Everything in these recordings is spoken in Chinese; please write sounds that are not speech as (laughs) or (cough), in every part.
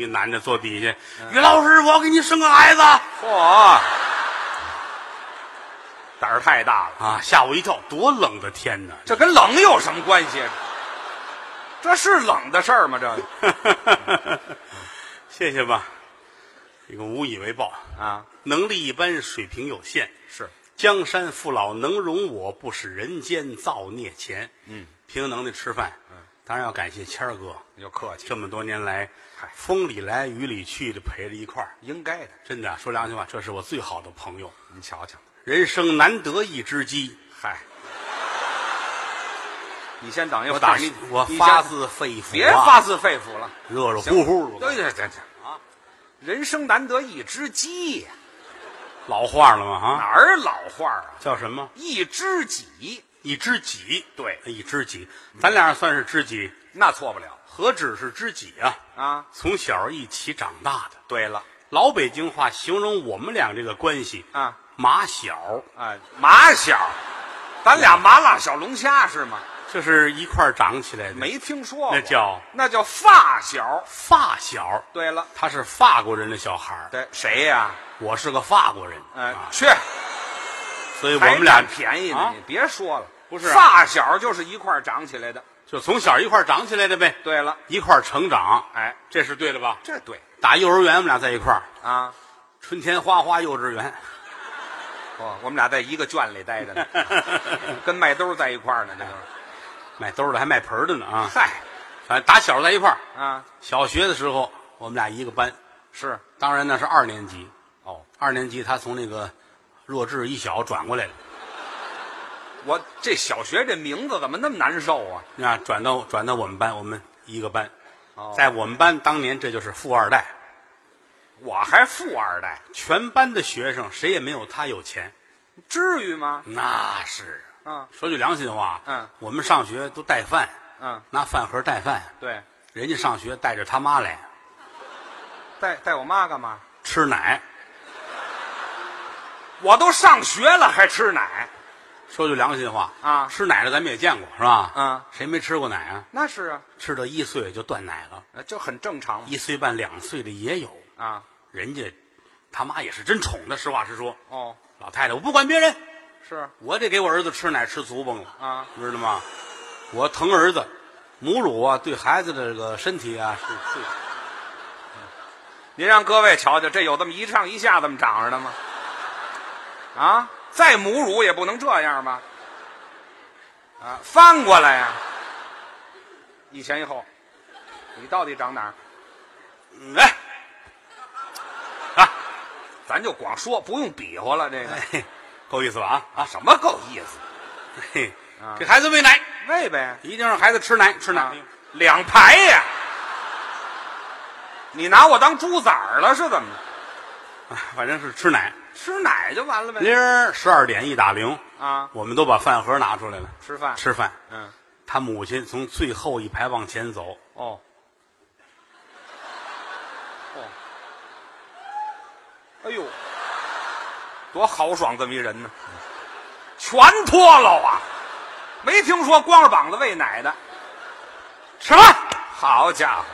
一男的坐底下，于老师，我要给你生个孩子，嚯，胆儿太大了啊！吓我一跳，多冷的天呐！这跟冷有什么关系？这是冷的事儿吗？这个谢谢吧，这个无以为报，啊，能力一般，水平有限。是江山父老能容我，不使人间造孽钱。嗯，凭能力吃饭。嗯，当然要感谢谦儿哥，你就客气，这么多年来嗨，风里来雨里去的陪着一块儿。应该的。真的说良心话，这是我最好的朋友，您瞧瞧，人生难得一知己。嗨，你先等一会儿，我打你心，我你发先自肺腑、啊，别发自肺腑了，热热乎乎的对对对对啊，人生难得一知己呀，老话了吗？哪啊，儿老话啊？叫什么？一知己，嗯一知己，对一知己，咱俩算是知己，那错不了何止是知己啊？啊。从小一起长大的，对了，老北京话形容我们俩这个关系啊，马小，啊，麻小，咱俩麻辣小龙虾是吗？这是一块儿长起来的，没听说过，那叫那叫发小。发小，对了，他是法国人的小孩儿对谁呀、我是个法国人，哎，啊去，所以我还们俩占便宜呢，啊你别说了，不是啊发小就是一块儿长起来的。就从小一块儿长起来的呗，对了，一块儿成长，哎，这是对的吧？这对打幼儿园我们俩在一块儿，啊，春天花花幼稚园，哦，我们俩在一个圈里待 (laughs) 着呢，跟麦兜在一块儿呢，这就是。 (laughs) 卖兜儿的还卖盆儿的呢啊！嗨，反正打小在一块儿，啊，小学的时候我们俩一个班，是当然那是二年级，哦，二年级他从那个弱智一小转过来了，我这小学这名字怎么那么难受啊？啊，转到转到我们班，我们一个班，哦在我们班当年这就是富二代，我还富二代，全班的学生谁也没有他有钱，至于吗？那是。嗯说句良心话，嗯，我们上学都带饭，嗯，拿饭盒带饭，对，人家上学带着他妈来带带我妈干嘛？吃奶。我都上学了还吃奶，说句良心话啊吃奶的咱们也见过是吧？嗯谁没吃过奶啊？那是啊，吃到一岁就断奶了，呃这很正常嘛一岁半、两岁的也有。啊。人家他妈也是真宠的，实话实说。哦，老太太，我不管别人，是我得给我儿子吃奶吃足蹦了啊，知道吗？我疼儿子，母乳啊，对孩子的这个身体啊是最您让各位瞧瞧，这有这么一上一下这么长着的吗？啊，再母乳也不能这样吧？啊，翻过来呀、一前一后，你到底长哪儿？来啊，咱就光说，不用比划了。这个、哎， (laughs) 够意思吧啊啊，什么够意思？嘿啊，给孩子喂奶，喂呗，一定让孩子吃奶吃啊奶。两排呀、你拿我当猪崽儿了是怎么着？ (laughs) 反正是吃奶。吃奶就完了呗。铃儿十二点一打铃，啊，我们都把饭盒拿出来了，吃饭，吃饭。嗯，他母亲从最后一排往前走，哦，哦，哎呦，多豪爽这么一人呢，全脱了啊！没听说光着膀子喂奶的，吃饭，好家伙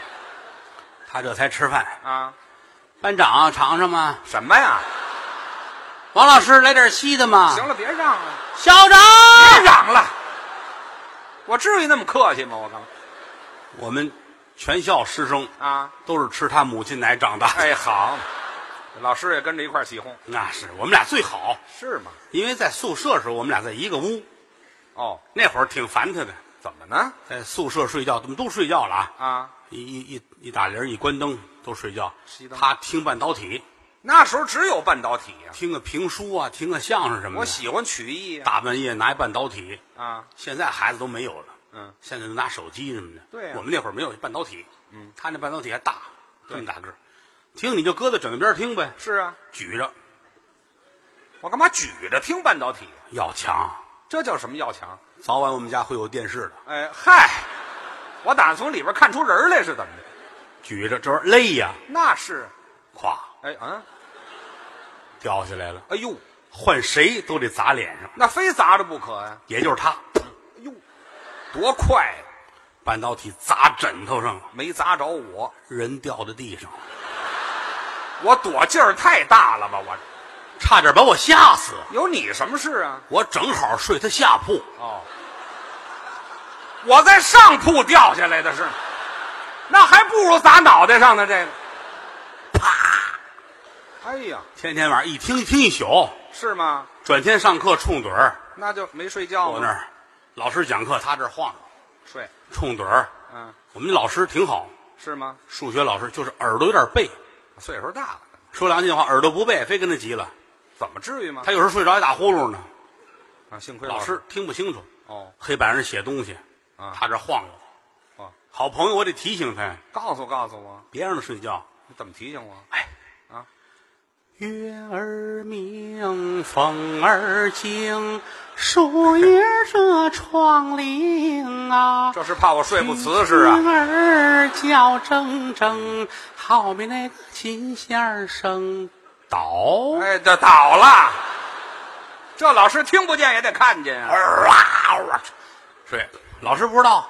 他这才吃饭。啊！班长尝尝吗？什么呀？王老师来点稀的吗？行了，哎别嚷了，校别长，嚷了，我至于那么客气吗？我刚我们全校师生啊，都是吃他母亲奶长大的。哎，好，老师也跟着一块儿起哄，那是我们俩最好，是吗？因为在宿舍的时候我们俩在一个屋，哦，那会儿挺烦他的，怎么呢？在宿舍睡觉，怎么都睡觉了啊？啊，一一一一打铃儿，一关灯都睡觉熄。灯他听半导体，那时候只有半导体呀、听个评书啊，听个相声什么我的。喜欢曲艺呀、大半夜拿一半导体，啊，现在孩子都没有了，嗯，现在都拿手机什么的。对呀我们那会儿没有半导体，啊嗯，他那半导体还大，这么大个儿，听你就搁在枕头边儿听呗，是啊，举着我干嘛举着听半导体？要强。这叫什么要强？早晚我们家会有电视的，哎嗨，我打算从里边看出人来是怎么的？举着这玩意儿累呀，那是，咵哎嗯，掉下来了，哎呦，换谁都得砸脸上，那非砸着不可呀、也就是他，哎呦，多快呀、半导体砸枕头上了，没砸着我，人掉在地上，我躲劲儿太大了吧？我差点把我吓死。有你什么事啊？我正好睡他下铺，哦，我在上铺掉下来的是，那还不如砸脑袋上呢。这个，啪！哎呀，天天晚上一听听一宿，是吗？转天上课冲盹儿，那就没睡觉我那吗？儿老师讲课，他这儿晃着，睡，冲盹儿。嗯，我们老师挺好，是吗？数学老师就是耳朵有点背，岁数大了，说良心话，耳朵不背，非跟他急了。怎么至于吗？他有时候睡着一打呼噜呢，啊，幸亏老师听不清楚，哦，黑板上写东西，啊他这晃悠。哦，好朋友，我得提醒他，告诉告诉我，别让他睡觉。你怎么提醒我？哎，啊，月儿明，风儿静，树叶遮窗棂啊。这是怕我睡不瓷实啊。儿叫铮铮，好比那个琴弦儿声倒。啊哎，这倒了，这老师听不见也得看见啊。哇！睡，老师不知道，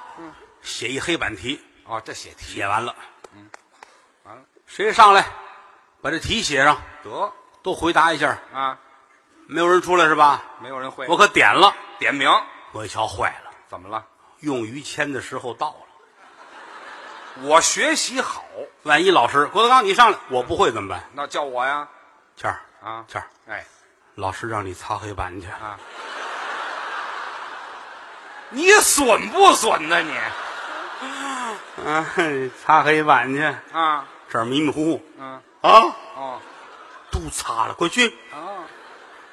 写一黑板题，哦，这写题写完了，完了，谁上来把这题写上，得都回答一下，啊，没有人出来是吧？没有人会。我可点了，点名我一瞧坏了，怎么了？用于谦的时候到了，我学习好，万一老师郭德纲你上来，我不会怎么办？那叫我呀谦儿，啊！谦儿，哎老师让你擦黑板去，啊，你损不损呢你？啊，嘿 (laughs) 擦黑板去，啊，这儿迷迷糊糊嗯，啊，哦都擦了，快去哦，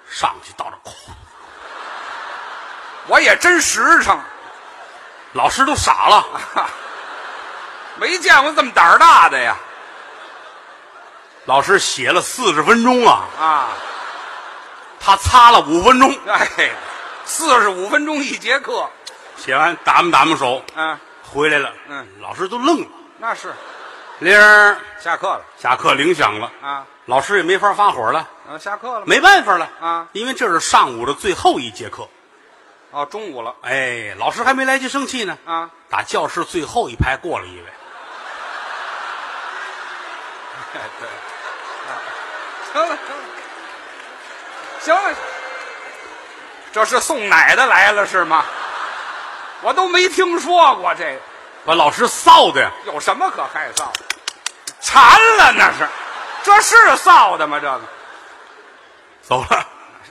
上去到这，哐，我也真实诚，老师都傻了。没见过这么胆儿大的呀！老师写了四十分钟啊，啊，他擦了五分钟，哎，四十五分钟一节课，写完打磨打磨手，啊，回来了。嗯，老师都愣了。那是铃儿，下课了下课铃响了，啊，老师也没法发火了，嗯，下课了吗？没办法了啊因为这是上午的最后一节课。哦，中午了哎，老师还没来及生气呢，啊，打教室最后一排过了一位，哎对，行了行了，行了，这是送奶的来了是吗？我都没听说过这个，把老师臊的呀，有什么可害臊的？馋了那是，这是臊的吗？这个，走了。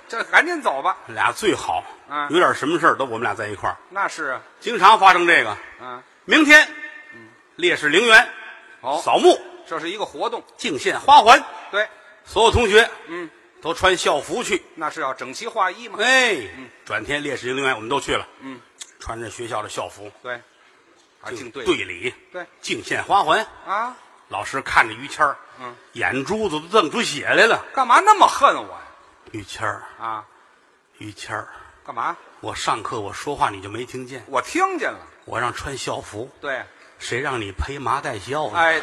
这赶紧走吧。俩最好，嗯有点什么事儿都我们俩在一块儿，那是啊，经常发生这个。嗯，明天，烈士陵园好、扫墓，这是一个活动，敬献花环，对，所有同学嗯，都穿校服去。那是要整齐划一嘛，哎，转天烈士陵园我们都去了，嗯，穿着学校的校服，对，啊，敬队队礼，对敬献花环。啊，老师看着于谦儿，嗯，眼珠子都瞪出血来了。干嘛那么恨我呀？于谦儿，啊，于谦儿，干嘛？我上课我说话你就没听见，我听见了，我让穿校服，对，谁让你披麻戴孝的？哎，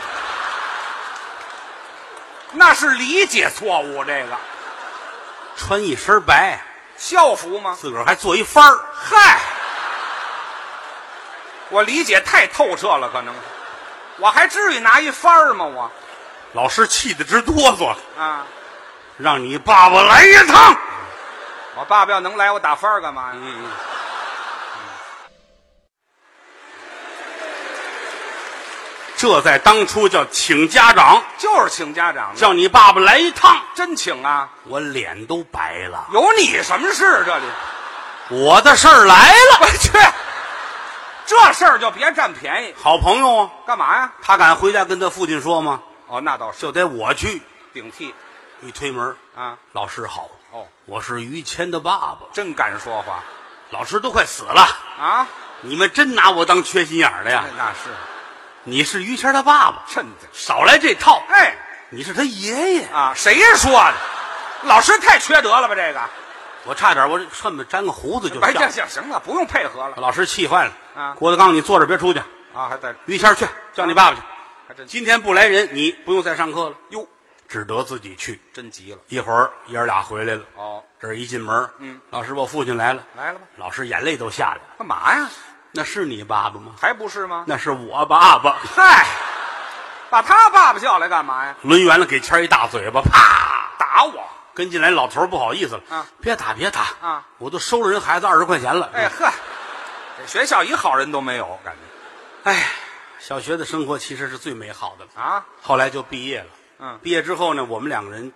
那是理解错误。这个穿一身白，校服吗？自个儿还做一幡儿，嗨，我理解太透彻了，可能是我还至于拿一番儿吗？我老师气得直哆嗦，啊，让你爸爸来一趟。我爸爸要能来，我打番儿干嘛呀？嗯嗯，这在当初叫请家长，就是请家长的，叫你爸爸来一趟，真请啊！我脸都白了。有你什么事？这里 (laughs) 我的事儿来了，我去，这事儿就别占便宜，好朋友啊，干嘛呀？他敢回家跟他父亲说吗？哦，那倒是就得我去。顶替一推门，啊！老师好，哦，我是于谦的爸爸。真敢说话老师都快死了，啊！你们真拿我当缺心眼儿的呀那？那是你是于谦他爸爸，趁着，少来这套。哎。你是他爷爷，啊，谁说的？老师太缺德了吧？这个，我差点我恨不得粘个胡子就哎，笑这。行行了，不用配合了老师气坏了。啊郭德纲，你坐着别出去。啊，还在于谦儿去叫你爸爸去。还真今天不来人，你不用再上课了，哟，只得自己去。真急了一会儿爷儿俩回来了，哦，这儿一进门，嗯，老师，我父亲来了。来了吧？老师眼泪都下来了。干嘛呀？那是你爸爸吗？还不是吗？那是我爸爸。嗨，把他爸爸叫来干嘛呀？抡圆了给谦儿一大嘴巴，啪！打我！跟进来老头儿不好意思了，啊别打别打啊！我都收了人孩子二十块钱了。哎呵，这学校一好人都没有，感觉哎，小学的生活其实是最美好的了。啊，后来就毕业了，嗯，毕业之后呢，我们两个人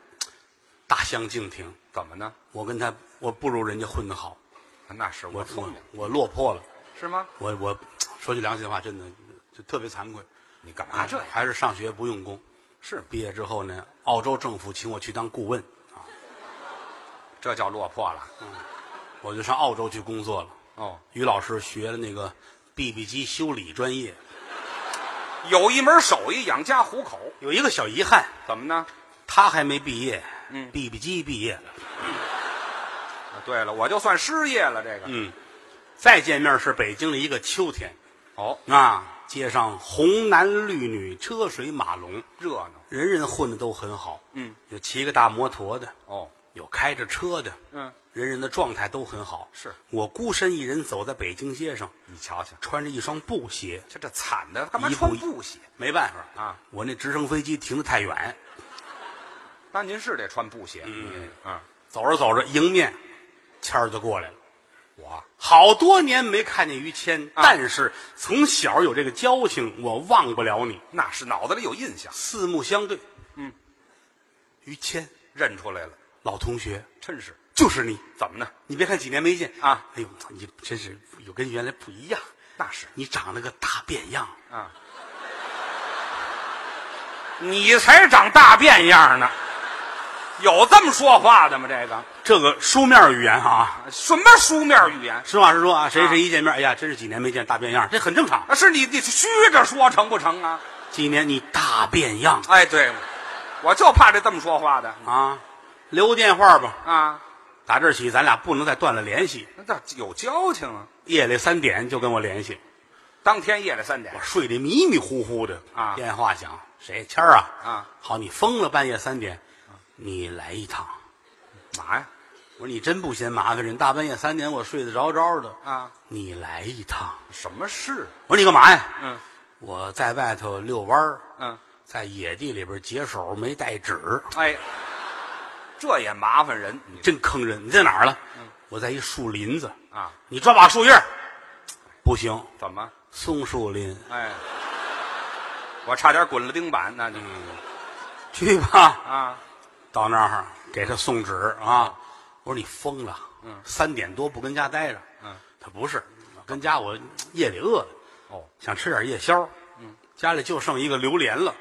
大相径庭。怎么呢？我跟他，我不如人家混得好，那啊是我我聪我明，我落魄了。是吗？我我说句良心话，真的就特别惭愧你干嘛啊这样？还是上学不用功。是毕业之后呢，澳洲政府请我去当顾问，这叫落魄了。我就上澳洲去工作了。哦，于老师学了那个 BB 机修理专业，有一门手艺养家糊口，有一个小遗憾，怎么呢？他还没毕业，嗯，BB 机毕业了，啊对了，我就算失业了。这个，嗯，再见面是北京的一个秋天哦，啊，街上红男绿女，车水马龙，热闹。人人混的都很好，嗯，有骑个大摩托的，哦，有开着车的，嗯，人人的状态都很好。是我孤身一人走在北京街上，你瞧瞧，穿着一双布鞋，这这惨的，干嘛一步穿一布鞋？没办法啊，我那直升飞机停得太远，那您是得穿布鞋。嗯嗯，走着走着，迎面谦儿就过来了。我好多年没看见于谦，啊但是从小有这个交情，我忘不了你。那是脑子里有印象，四目相对，嗯，于谦认出来了，老同学真是。就是你。怎么呢？你别看几年没见啊，哎呦，你真是有跟原来不一样，那是你长了个大变样。啊，你才长大变样呢，有这么说话的吗？这个这个书面语言啊，什么书面语言？实话实说啊，谁啊谁一见面，哎呀，真是几年没见大变样，这很正常。啊，是你你虚着说成不成啊？几年你大变样哎，对，我就怕这这么说话的啊，留个电话吧。啊，打这儿起，咱俩不能再断了联系。那倒有交情啊。夜里三点就跟我联系，当天夜里三点我，睡得迷迷糊糊的啊电话响，谁？谦儿啊？啊，好，你疯了，半夜三点，你来一趟。干嘛呀？我说你真不嫌麻烦人，大半夜三点我睡得着着的啊，你来一趟。什么事？我说你干嘛呀？嗯我在外头遛弯儿，嗯，在野地里边解手，没带纸，哎，这也麻烦人，你真坑人。你在哪儿了？嗯我在一树林子。啊？你抓把树叶儿，不行，怎么？松树林，哎，我差点滚了钉板，那你去吧。啊，到那儿给他送纸啊。我说你疯了，三点多不跟家待着。嗯，他不是，跟家我夜里饿了，哦，想吃点夜宵。嗯，家里就剩一个榴莲了，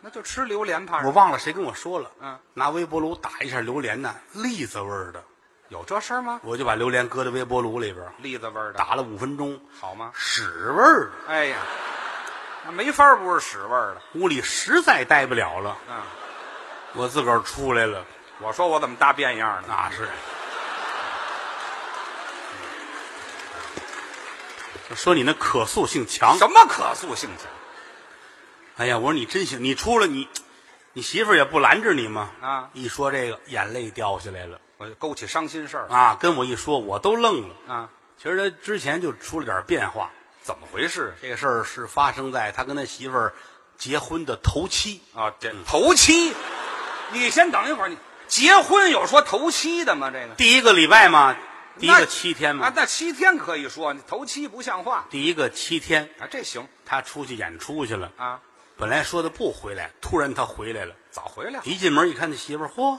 那就吃榴莲怕什我么？忘了谁跟我说了。嗯，拿微波炉打一下榴莲呢，栗子味儿的。有这事儿吗？我就把榴莲搁在微波炉里边儿栗子味儿的打了五分钟，好吗？屎味儿的，哎呀，那没法不是屎味儿的。屋里实在待不了了，嗯，我自个儿出来了。我说我怎么大变样呢？那是。说你那可塑性强，什么可塑性情哎呀，我说你真行，你出来你，你媳妇儿也不拦着你吗？啊一说这个眼泪掉下来了我就勾起伤心事儿了啊，跟我一说我都愣了。啊？其实他之前就出了点变化，怎么回事这个事儿是发生在他跟他媳妇儿结婚的头七。啊？这头七，你先等一会儿，你结婚有说头七的吗？这个第一个礼拜嘛，第一那个七天啊嘛，，那七天可以说，你头七不像话第一个七天啊，这行他出去演出去了，啊，本来说的不回来，突然他回来了。早回来一进门一看，那媳妇儿，嚯，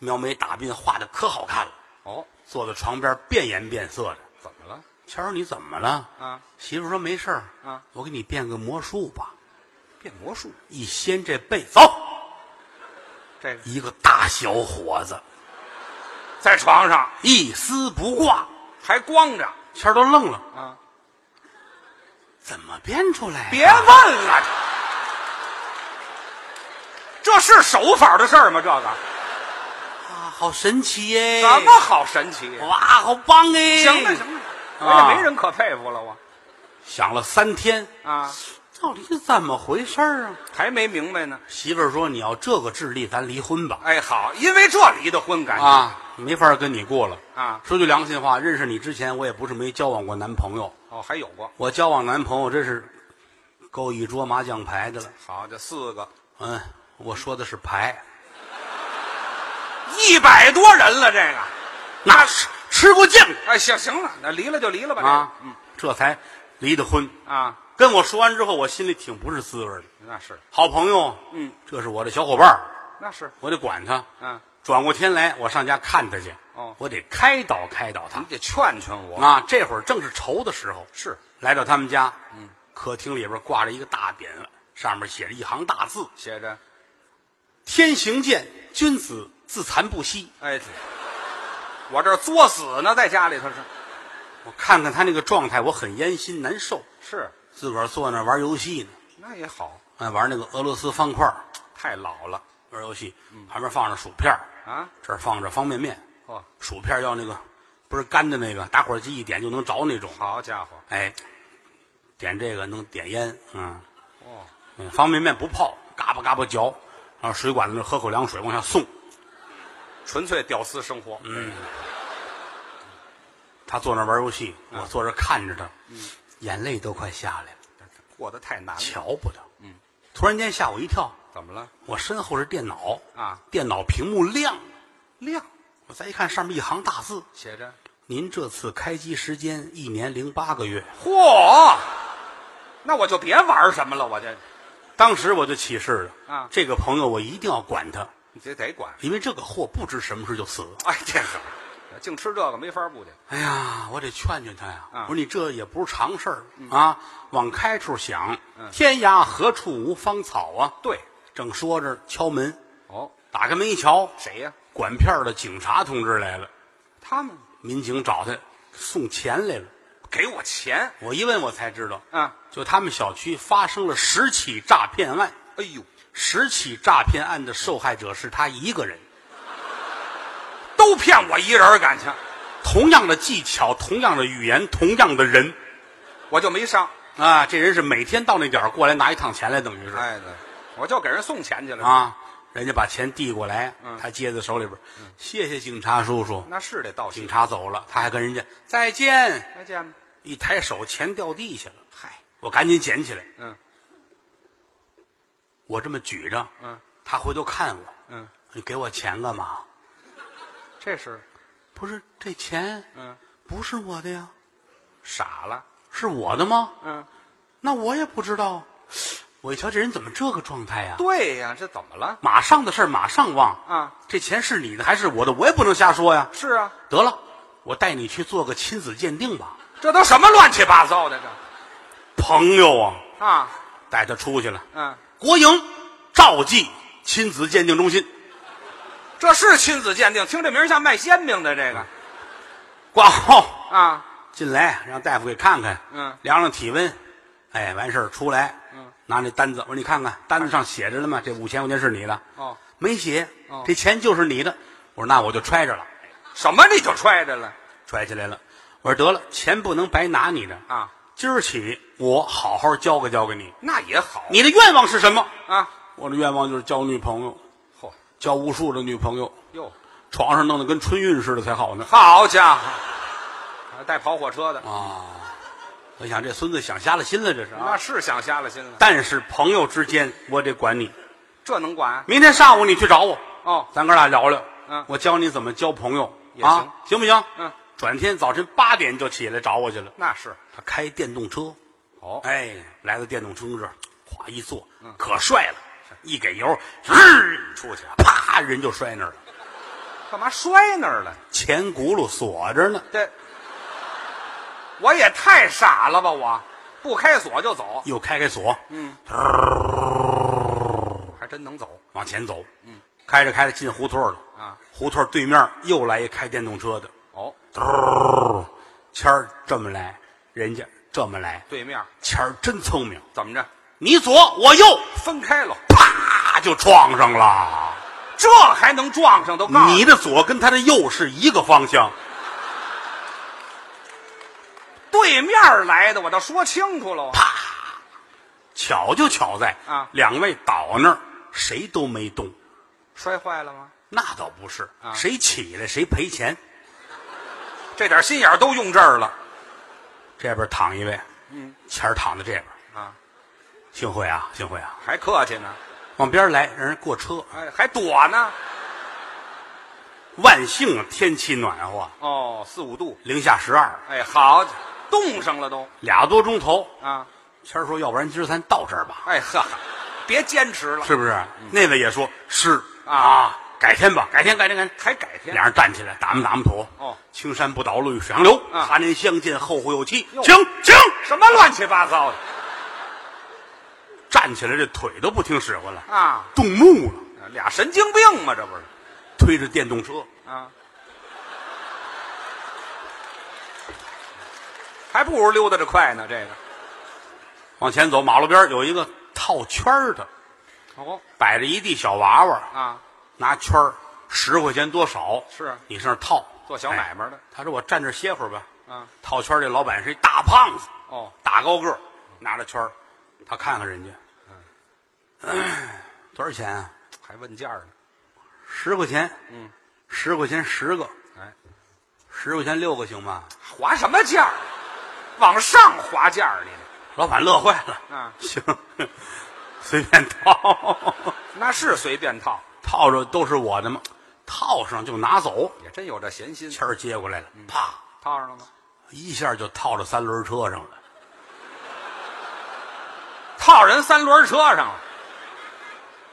描眉打鬓，画的可好看了，哦，坐在床边变颜变色的。怎么了？谦儿，你怎么了？啊，媳妇儿说没事儿，啊，我给你变个魔术吧。变魔术，一掀这被，走，这个一个大小伙子，在床上一丝不挂。还光着谦儿都愣了，啊！怎么变出来、别问，了，这是手法的事儿吗？这哎个啊，好神奇耶！怎么好神奇？哇，好棒哎！行了行了，我啊也没人可佩服了，我想了三天，啊到底是怎么回事儿啊？还没明白呢。媳妇儿说：“你要这个智力，咱离婚吧。哎，好，因为这离的婚，感觉啊，没法跟你过了。啊，说句良心话，认识你之前，我也不是没交往过男朋友。哦，还有过，我交往男朋友真是够一桌麻将牌的了。好，这四个，嗯，我说的是牌，一百多人了，这个，那吃吃不净哎，行行了，那离了就离了吧，啊这个，这才离的婚。嗯啊，跟我说完之后，我心里挺不是滋味的。那是好朋友，嗯，这是我的小伙伴儿那是，我得管他。嗯，转过天来，我上家看他去。哦我得开导开导他你。得劝劝我，啊，这会儿正是愁的时候，是来到他们家，嗯，客厅里边挂着一个大匾额，上面写着一行大字写着，：“天行健，君子自残不息。哎，我这儿作死呢，在家里头是”我看看他那个状态，我很烟心难受。是，自个儿坐那儿玩游戏呢，那也好，哎，玩那个俄罗斯方块儿太老了玩游戏，旁边放着薯片儿啊，这儿放着方便面，哦，薯片儿要那个不是干的那个，打火机一点就能着那种。好家伙，哎，点这个能点烟，嗯，哦，嗯方便面不泡，嘎巴嘎巴嚼，然后水管子那喝口凉水往下送。纯粹屌丝生活，嗯，他坐那儿玩游戏，我坐这儿看着他，嗯眼泪都快下来了，哎过得太难了，瞧不得。嗯突然间吓我一跳，怎么了？我身后是电脑啊，电脑屏幕亮了，亮我再一看上面一行大字：写着，您这次开机时间一年零八个月。嚯，那我就别玩什么了，我这当时我就起誓了，啊这个朋友我一定要管他，你这得管。因为这个货不知什么时就死。哎，这是，净吃这个没法不去。哎呀，我得劝劝他呀！啊嗯我说你这也不是常事儿、啊，往开处想，天涯何处无芳草啊！对，正说着，敲门，哦，打开门一瞧，谁呀、管片儿的警察同志来了，他们民警找他送钱来了。给我钱我一问，我才知道，啊！就他们小区发生了十起诈骗案，哎呦，十起诈骗案的受害者是他一个人。都骗我一人儿，感情同样的技巧，同样的语言，同样的人我就没上。啊，这人是每天到那点儿过来拿一趟钱来，等于是。哎的，我就给人送钱去了。啊，人家把钱递过来，他接在手里边，谢谢警察叔叔。嗯那是得道警歉。察走了，他还跟人家再见，再见吧。一抬手，钱掉地下了。嗨，我赶紧捡起来，嗯我这么举着，嗯他回头看我，嗯，你给我钱干嘛？这是不是这钱嗯不是我的呀，傻了。是我的吗？嗯，那我也不知道。我一瞧这人怎么这个状态呀、对呀，这怎么了？马上的事儿马上忘啊！这钱是你的还是我的？我也不能瞎说呀。是啊，得了，我带你去做个亲子鉴定吧。这都什么乱七八糟的这朋友啊，啊？带他出去了。嗯，国营赵记亲子鉴定中心这是亲子鉴定，听这名儿像卖煎饼的这个挂号啊。进来，让大夫给看看，嗯量量体温，哎，完事儿出来，嗯，拿那单子，我说你看看，单子上写着了吗？这五千块钱是你的，哦，没写哦，这钱就是你的。我说那我就揣着了，什么你就揣着了揣起来了。我说得了，钱不能白拿你的，啊？今儿起我好好教给教给你。那也好你的愿望是什么？啊。我的愿望就是交女朋友，嚯交无数的女朋友，哟，床上弄得跟春运似的才好呢。好家伙，啊带跑火车的，我想这孙子想瞎了心了，这是啊。那是想瞎了心了。但是朋友之间，我得管你。这能管？明天上午你去找我，哦，咱哥俩聊聊。嗯我教你怎么交朋友也啊，行不行？嗯，转天早晨八点就起来找我去了。那是。他开电动车，哦，哎，来到电动车这儿，哗一坐，嗯可帅了。一给油，日出去，啪，人就摔那儿了。干嘛摔那儿了？前轱辘锁着呢，这，我也太傻了吧！我不开锁就走，又开开锁，还真能走往前走。嗯，开着开着进胡同了。啊！胡同对面又来一开电动车的，哦，嘟，谦儿这么来，人家这么来，对面谦儿真聪明，怎么着？你左我右，分开了，啪就撞上啊了。这还能撞上？都告诉你的左跟他的右是一个方向，对面来的，我倒说清楚了。我巧就巧在啊两位倒那儿，谁都没动，摔坏了吗？那倒不是，啊谁起来谁赔钱。这点心眼儿都用这儿了这边躺一位，嗯，钱儿躺在这边，啊，幸会啊，幸会啊，还客气呢，往边儿来，让人过车。哎，还躲呢。万幸啊天气暖和，哦，四五度，零下十二，哎，好，冻上了都俩多钟头。啊，谦儿说：“要不然今儿咱到这儿吧，哎呵，别坚持了，是不是？”那位也说：“是嗯啊啊，改天吧，改天，改天，改天。还改”天俩人站起来，打磨打磨土。哦，青山不倒，绿水长流。啊他年相见，后会有期。哟请请，什么乱七八糟的站起来这腿都不听使唤了，啊？动木了，俩神经病嘛，这不是推着电动车。啊？还不如溜达着快呢，这个往前走，马路边儿有一个套圈儿的，哦摆着一地小娃娃，啊，拿圈儿，十块钱多少？是啊你上那儿套做小买卖的哎他说我站这儿歇会儿吧。啊，套圈儿这老板是一大胖子，哦，大高个儿，拿着圈儿，他看看人家， (clears throat) 嗯，多少钱啊？还问价呢，十块钱，嗯，十块钱十个，哎，十块钱六个行吗？划什么价？往上划价呢？老板乐坏了，啊， (laughs) 行，随便套，那是随便套，套着都是我的吗？套上就拿走。也真有这闲心，签儿接过来了，嗯啪，套上了吗？一下就套到三轮车上了。套人三轮车上了，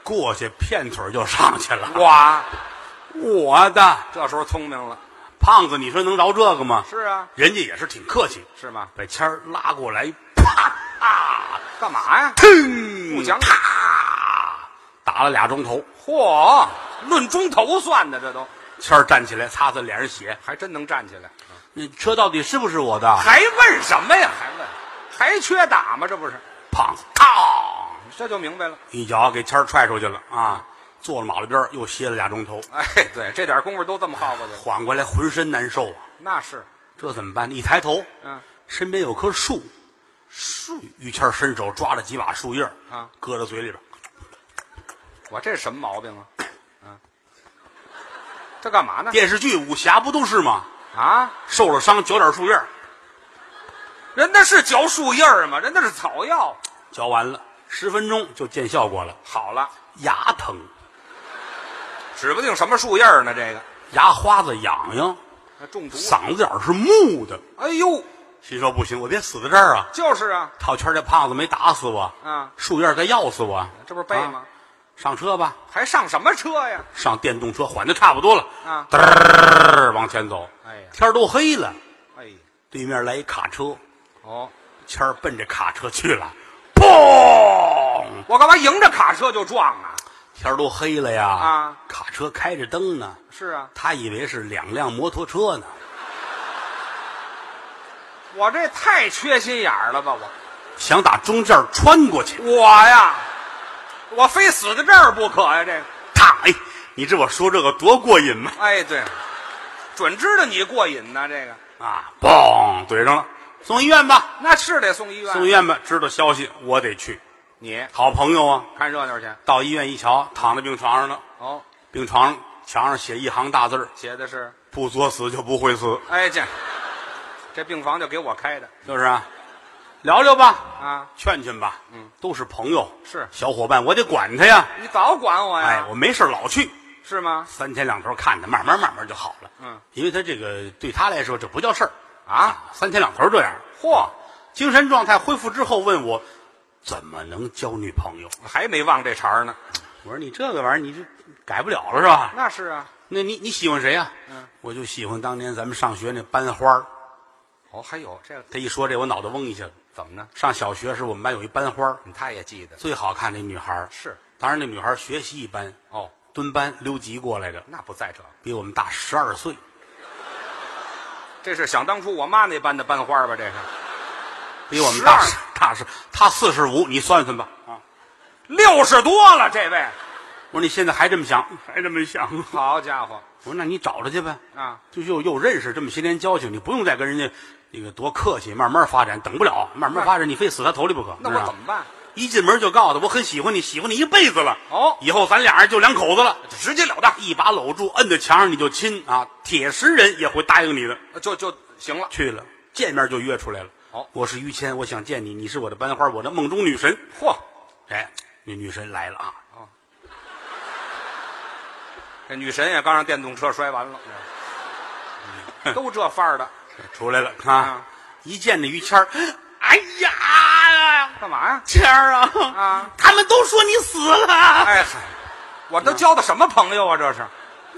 过去片腿儿就上去了。哇，我的这时候聪明了，胖子，你说能饶这个吗？是啊，人家也是挺客气，是吗？把签儿拉过来，啪，干嘛呀？腾，不讲理啪，打了俩钟头。嚯，论钟头算的，这都谦儿站起来，擦擦脸上血。还真能站起来，那车到底是不是我的？还问什么呀？还问，还缺打吗？这不是，胖子，嘡，这就明白了。一脚给谦儿踹出去了啊！坐了马路边儿又歇了俩钟头，哎，对，这点功夫都这么耗吧的，缓过来浑身难受啊！那是，这怎么办？一抬头，嗯，身边有棵树，树。于谦儿伸手抓了几把树叶儿啊，搁到嘴里边儿，我这什么毛病啊？嗯，这干嘛呢？电视剧武侠不都是吗？啊，受了伤嚼点树叶儿，人那是嚼树叶儿吗？人那是草药。嚼完了十分钟就见效果了，好了，牙疼，指不定什么树叶儿呢。这个牙花子痒痒，那中毒了。嗓子眼儿是木的。哎呦，心说不行，我别死在这儿啊！就是啊，套圈儿这胖子没打死我，啊，树叶儿再要死我，这不是背吗？啊上车吧，还上什么车呀？上电动车，缓的差不多了，啊嘚儿往前走，哎呀天儿都黑了，哎呀，对面来一卡车，哦，谦儿奔着卡车去了，砰！我干嘛迎着卡车就撞啊？天儿都黑了呀，啊，卡车开着灯呢，是啊，他以为是两辆摩托车呢，我这太缺心眼儿了吧？我想打中间穿过去，我呀，我非死在这儿不可呀！这个，啪！哎，你知我说这个多过瘾吗？哎，对，准知道你过瘾呢。这个，啊，砰，怼上了，送医院吧，那是得送医院。送医院吧，知道消息我得去，你好朋友啊，看热闹去。到医院一瞧，躺在病床上呢，哦，病床上墙上写一行大字儿写的是，不作死就不会死，哎这，这病房就给我开的就是啊，聊聊吧，啊！劝劝吧，嗯，都是朋友，是小伙伴，我得管他呀。你早管我哎呀，，我没事儿老去，是吗？三天两头看他，慢慢慢慢就好了。嗯，因为他这个对他来说这不叫事儿啊，三天两头这样。嚯，精神状态恢复之后问我，怎么能交女朋友？还没忘这茬儿呢。我说你这个玩意儿你这改不了了是吧？那是啊，那你你喜欢谁呀、嗯，我就喜欢当年咱们上学那班花儿。哦，还有这个他一说这，我脑袋嗡一下。怎么呢？上小学时，我们班有一班花儿，嗯他也记得最好看的女孩儿是当然那女孩儿学习一般，哦，蹲班留级过来的，那不在这儿，比我们大十二岁。这是想当初我妈那班的班花吧？这是比我们大12大是他四十五，你算算吧。啊，六十多了，这位，我说你现在还这么想，还这么想。我好家伙说那你找他去呗，啊！就又又认识这么些年交情，你不用再跟人家那个多客气，慢慢发展，等不了，慢慢发展，你非死他头里不可。那知道吗我怎么办？一进门就告诉他，我很喜欢你，喜欢你一辈子了。哦以后咱俩人就两口子了。直截了当，一把搂住，摁在墙上你就亲啊，铁石人也会答应你的。呃就就行了。去了，见面就约出来了。好我是于谦，我想见你，你是我的班花，我的梦中女神。嚯，哎，那女神来了啊！这女神也刚让电动车摔完了，嗯都这范儿的，出来了啊啊！一见那于谦儿，哎呀，干嘛呀？谦儿啊啊！ (laughs) 他们都说你死了。哎嗨，我都交的什么朋友啊？这是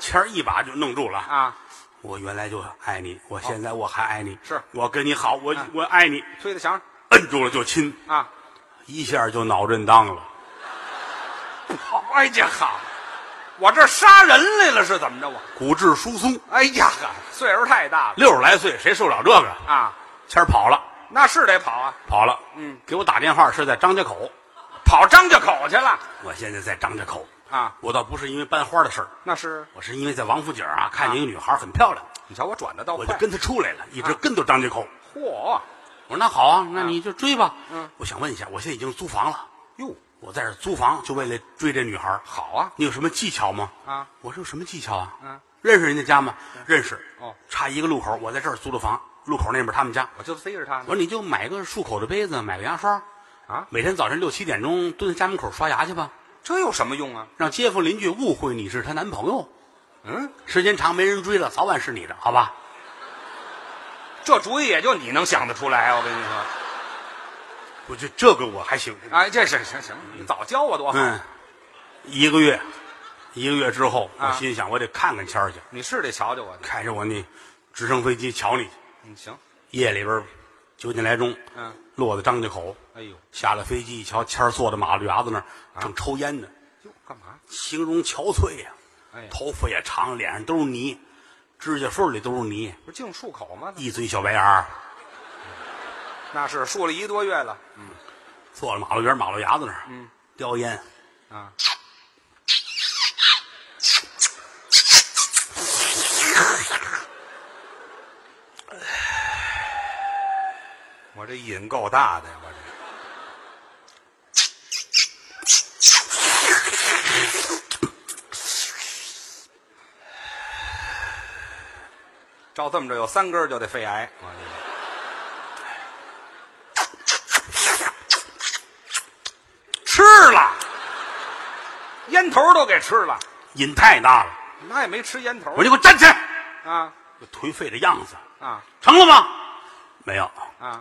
谦儿一把就弄住了啊！啊，我原来就爱你，我现在我还爱你，是我跟你好，我我爱你，推在墙摁住了就亲，上啊！一下就脑震荡 (laughs) 了。啊哎呀好，我这杀人来了是怎么着？我骨质疏松，哎呀哈，岁数太大了六十来岁谁受了这个？啊，谦儿跑了，那是得跑啊，跑了。嗯，给我打电话是在张家口，跑张家口去了我现在在张家口。啊，我倒不是因为班花的事儿，那是我是因为在王府井啊看见一个女孩很漂亮，你瞧我转的倒我快，就跟她出来了，一直跟到张家口。嚯我说那好啊，那你就追吧。嗯，我想问一下，我现在已经租房了，哟我在这租房就为了追这女孩儿。好啊你有什么技巧吗？啊，我说有什么技巧啊？嗯，认识人家家吗？认识。哦，差一个路口，我在这儿租的房，路口那边他们家。我就逮着他我呢说你就买个漱口的杯子，买个牙刷，啊，每天早晨六七点钟蹲在家门口刷牙去吧，这有什么用啊？让街坊邻居误会你是她男朋友。嗯，时间长没人追了，早晚是你的，好吧？这主意也就你能想得出来，我跟你说，我这这个我还行。哎，这行行行，你早教我多好，嗯，一个月，一个月之后，我啊心想我得看看谦儿去，你是得瞧瞧我，开着我那直升飞机瞧你去。嗯行，夜里边九点来钟，嗯，落在张家口，哎呦，下了飞机一瞧，谦儿坐在马路牙子那儿啊正抽烟呢，哟干嘛？形容憔悴呀、哎呀，头发也长，脸上都是泥，指甲缝里都是泥，不是净漱口吗？一嘴小白牙儿，那是漱了一个多月了坐在马路边马路牙子那儿，嗯，叼烟，啊，我这瘾够大的呀，我这照这么着有三根儿就得肺癌，我这个吃了，烟头都给吃了，瘾太大了，那也没吃烟头我就给我站起来，啊就颓废的样子，啊成了吗？没有，啊！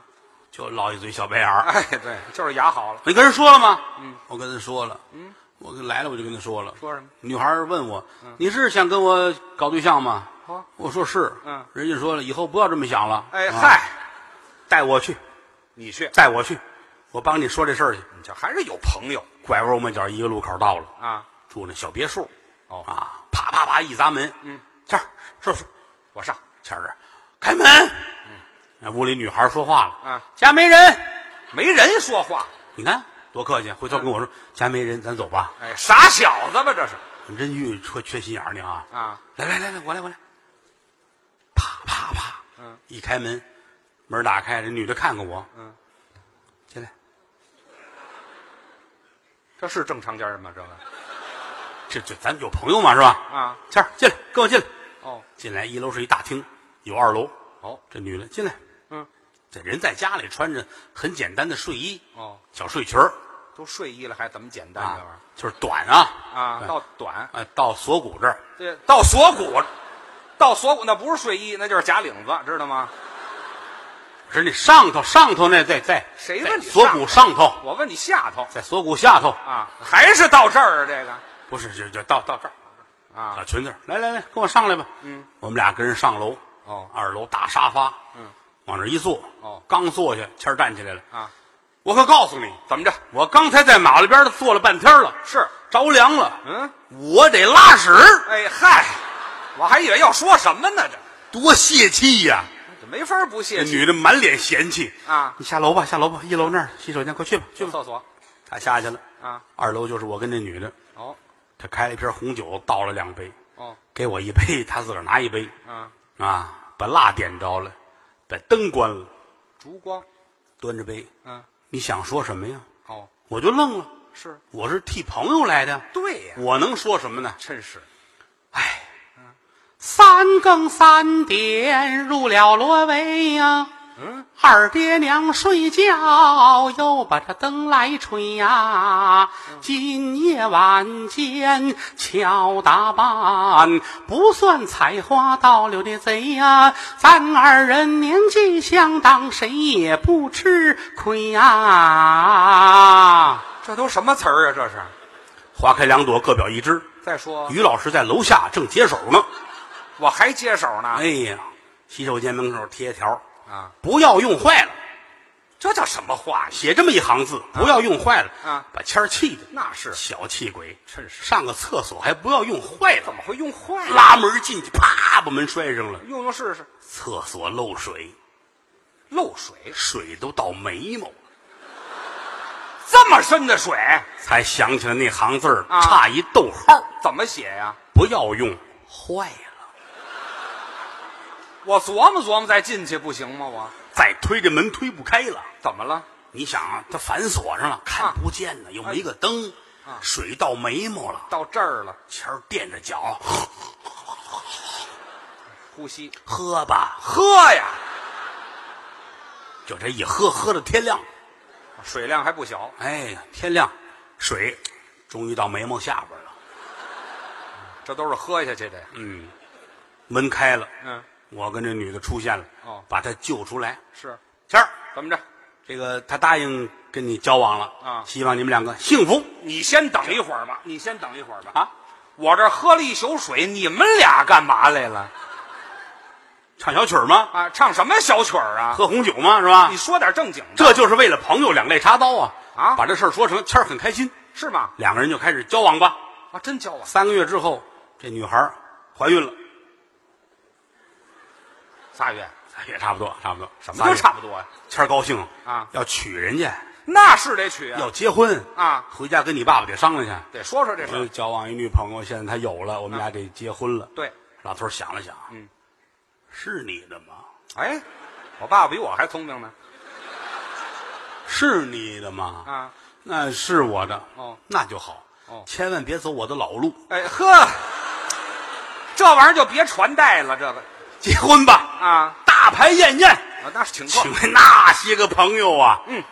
就落一嘴小白牙儿。 (laughs) 哎，对，就是牙好了，你跟人说了吗？嗯，我跟他说了。嗯，我跟来了我就跟他说了。说什么嗯女孩儿问我：“你是想跟我搞对象吗？”好我说是。哦嗯人家说了，以后不要这么想了。哎啊，嗨，带我去，你去，带我去，我帮你说这事儿去。你瞧，还是有朋友拐弯抹角，一个路口到了，啊！住那小别墅。哦啊，啪啪啪一砸门，嗯，谦儿，是不是？我上，谦儿啊，开门。嗯，屋里女孩儿说话了。啊，家没人。没人说话，你看多客气，回头跟我说家没人，咱走吧。哎，傻小子吧，这是你真遇缺缺心眼儿你啊！啊，来来来来，我来我来，啪啪啪，嗯，一开门，门打开，这女的看看我，嗯，进来，这是正常家人吗？这个这这咱们有朋友嘛是吧？啊，谦儿进来，跟我进来，哦进来一楼是一大厅，有二楼，哦这女的进来，嗯这人在家里穿着很简单的睡衣，哦，小睡裙儿都睡衣了，还怎么简单这玩啊意，就是短啊儿哎啊？到短，啊到锁骨这儿，这到锁骨，到锁骨那不是睡衣，那就是假领子，知道吗？是那上头上头那在在谁在问你锁上骨上头，我问你下头在锁骨下头，啊，还是到这儿啊？这个不是就就到到这儿。啊小，裙子，来来来，跟我上来吧。嗯，我们俩跟人上楼。哦二楼大沙发。嗯，往那儿一坐。哦刚坐下，谦儿站起来了。啊，我可告诉你，怎么着？我刚才在马路边儿坐了半天了，是，着凉了，嗯，我得拉屎，哎嗨，我还以为要说什么呢，这多泄气呀、这没法不这泄气女的满脸嫌弃啊！你下楼吧，下楼吧，一楼那儿洗手间，快去吧，去去吧。厕所她下去了。啊，二楼就是我跟这女的，哦她开了一瓶红酒，倒了两杯，哦给我一杯，她自个儿拿一杯。啊，啊，把蜡点着了，把灯关了，烛光，端着杯。嗯，你想说什么呀？哦我就愣了，是，我是替朋友来的，对呀，我能说什么呢？真是哎，三更三点入了罗帷呀，嗯，二爹娘睡觉又把这灯来吹呀，今夜晚间敲打板，不算采花盗柳的贼呀，咱二人年纪相当，谁也不吃亏呀。这都什么词儿啊？这是。花开两朵，各表一枝。再说，于老师在楼下正解手呢。我还接手呢。哎呀，洗手间门口贴条，啊，不要用坏了，这叫什么话呀？写这么一行字，不要用坏了。啊把谦儿气的那是小气鬼，真是上个厕所还不要用坏怎了，么会用坏了？拉门进去，啪把门摔上了。用用试试。厕所漏水，漏水，水都到眉毛了，这么深的水才想起来那行字儿啊差一逗号，怎么写呀？不要用坏了。我琢磨琢磨再进去不行吗？我再推这门推不开了。怎么了？你想啊，它反锁上了，看不见呢，又没个灯，啊水到眉毛了，到这儿了，谦儿垫着脚，呼吸，喝吧，喝呀，就这一喝，喝到天亮，水量还不小，哎呀，天亮，水终于到眉毛下边了，这都是喝下去的呀。门开了，嗯，我跟这女的出现了，哦把她救出来，是，谦儿，怎么着？这个她答应跟你交往了啊希望你们两个幸福你先等一会儿吧，你先等一会儿吧。啊，我这喝了一宿水，你们俩干嘛来了？唱小曲儿吗？啊，唱什么小曲儿啊？喝红酒吗？是吧你？说点正经的，这就是为了朋友两肋插刀啊！啊把这事儿说成，谦儿很开心，是吗？两个人就开始交往吧。啊，真教我，三个月之后，这女孩儿怀孕了，仨月，也哎差不多，差不多。什怎么就差不多呀、谦儿高兴啊要娶人家，那是得娶啊要，结婚啊回家跟你爸爸得商量去。得说说这事我儿。交往一女朋友，现在她有了，我们俩得结婚了。对，老头儿想了想，嗯，是你的吗？哎，我爸爸比我还聪明呢。是你的吗？啊，那是我的。哦，那就好。哦千万别走我的老路，哎呵，这玩意儿就别传代了，这个结婚吧，啊，大排宴宴，啊那是请客请来那些个朋友啊，嗯，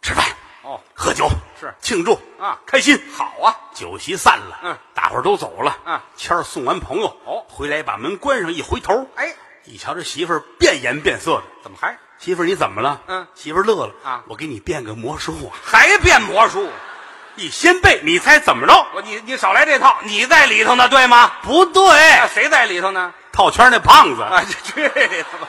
吃饭哦，喝酒是庆祝啊开心好啊，酒席散了，嗯，大伙儿都走了，嗯，谦儿送完朋友，哦回来把门关上，一回头，哎，一瞧这媳妇儿变颜变色的，怎么还媳妇儿你怎么了？嗯媳妇儿乐了啊我给你变个魔术啊，还变魔术？一掀被，你猜怎么着？我你你少来这套，你在里头呢，对吗？不对，那谁在里头呢？套圈那胖子，啊，去去你的吧！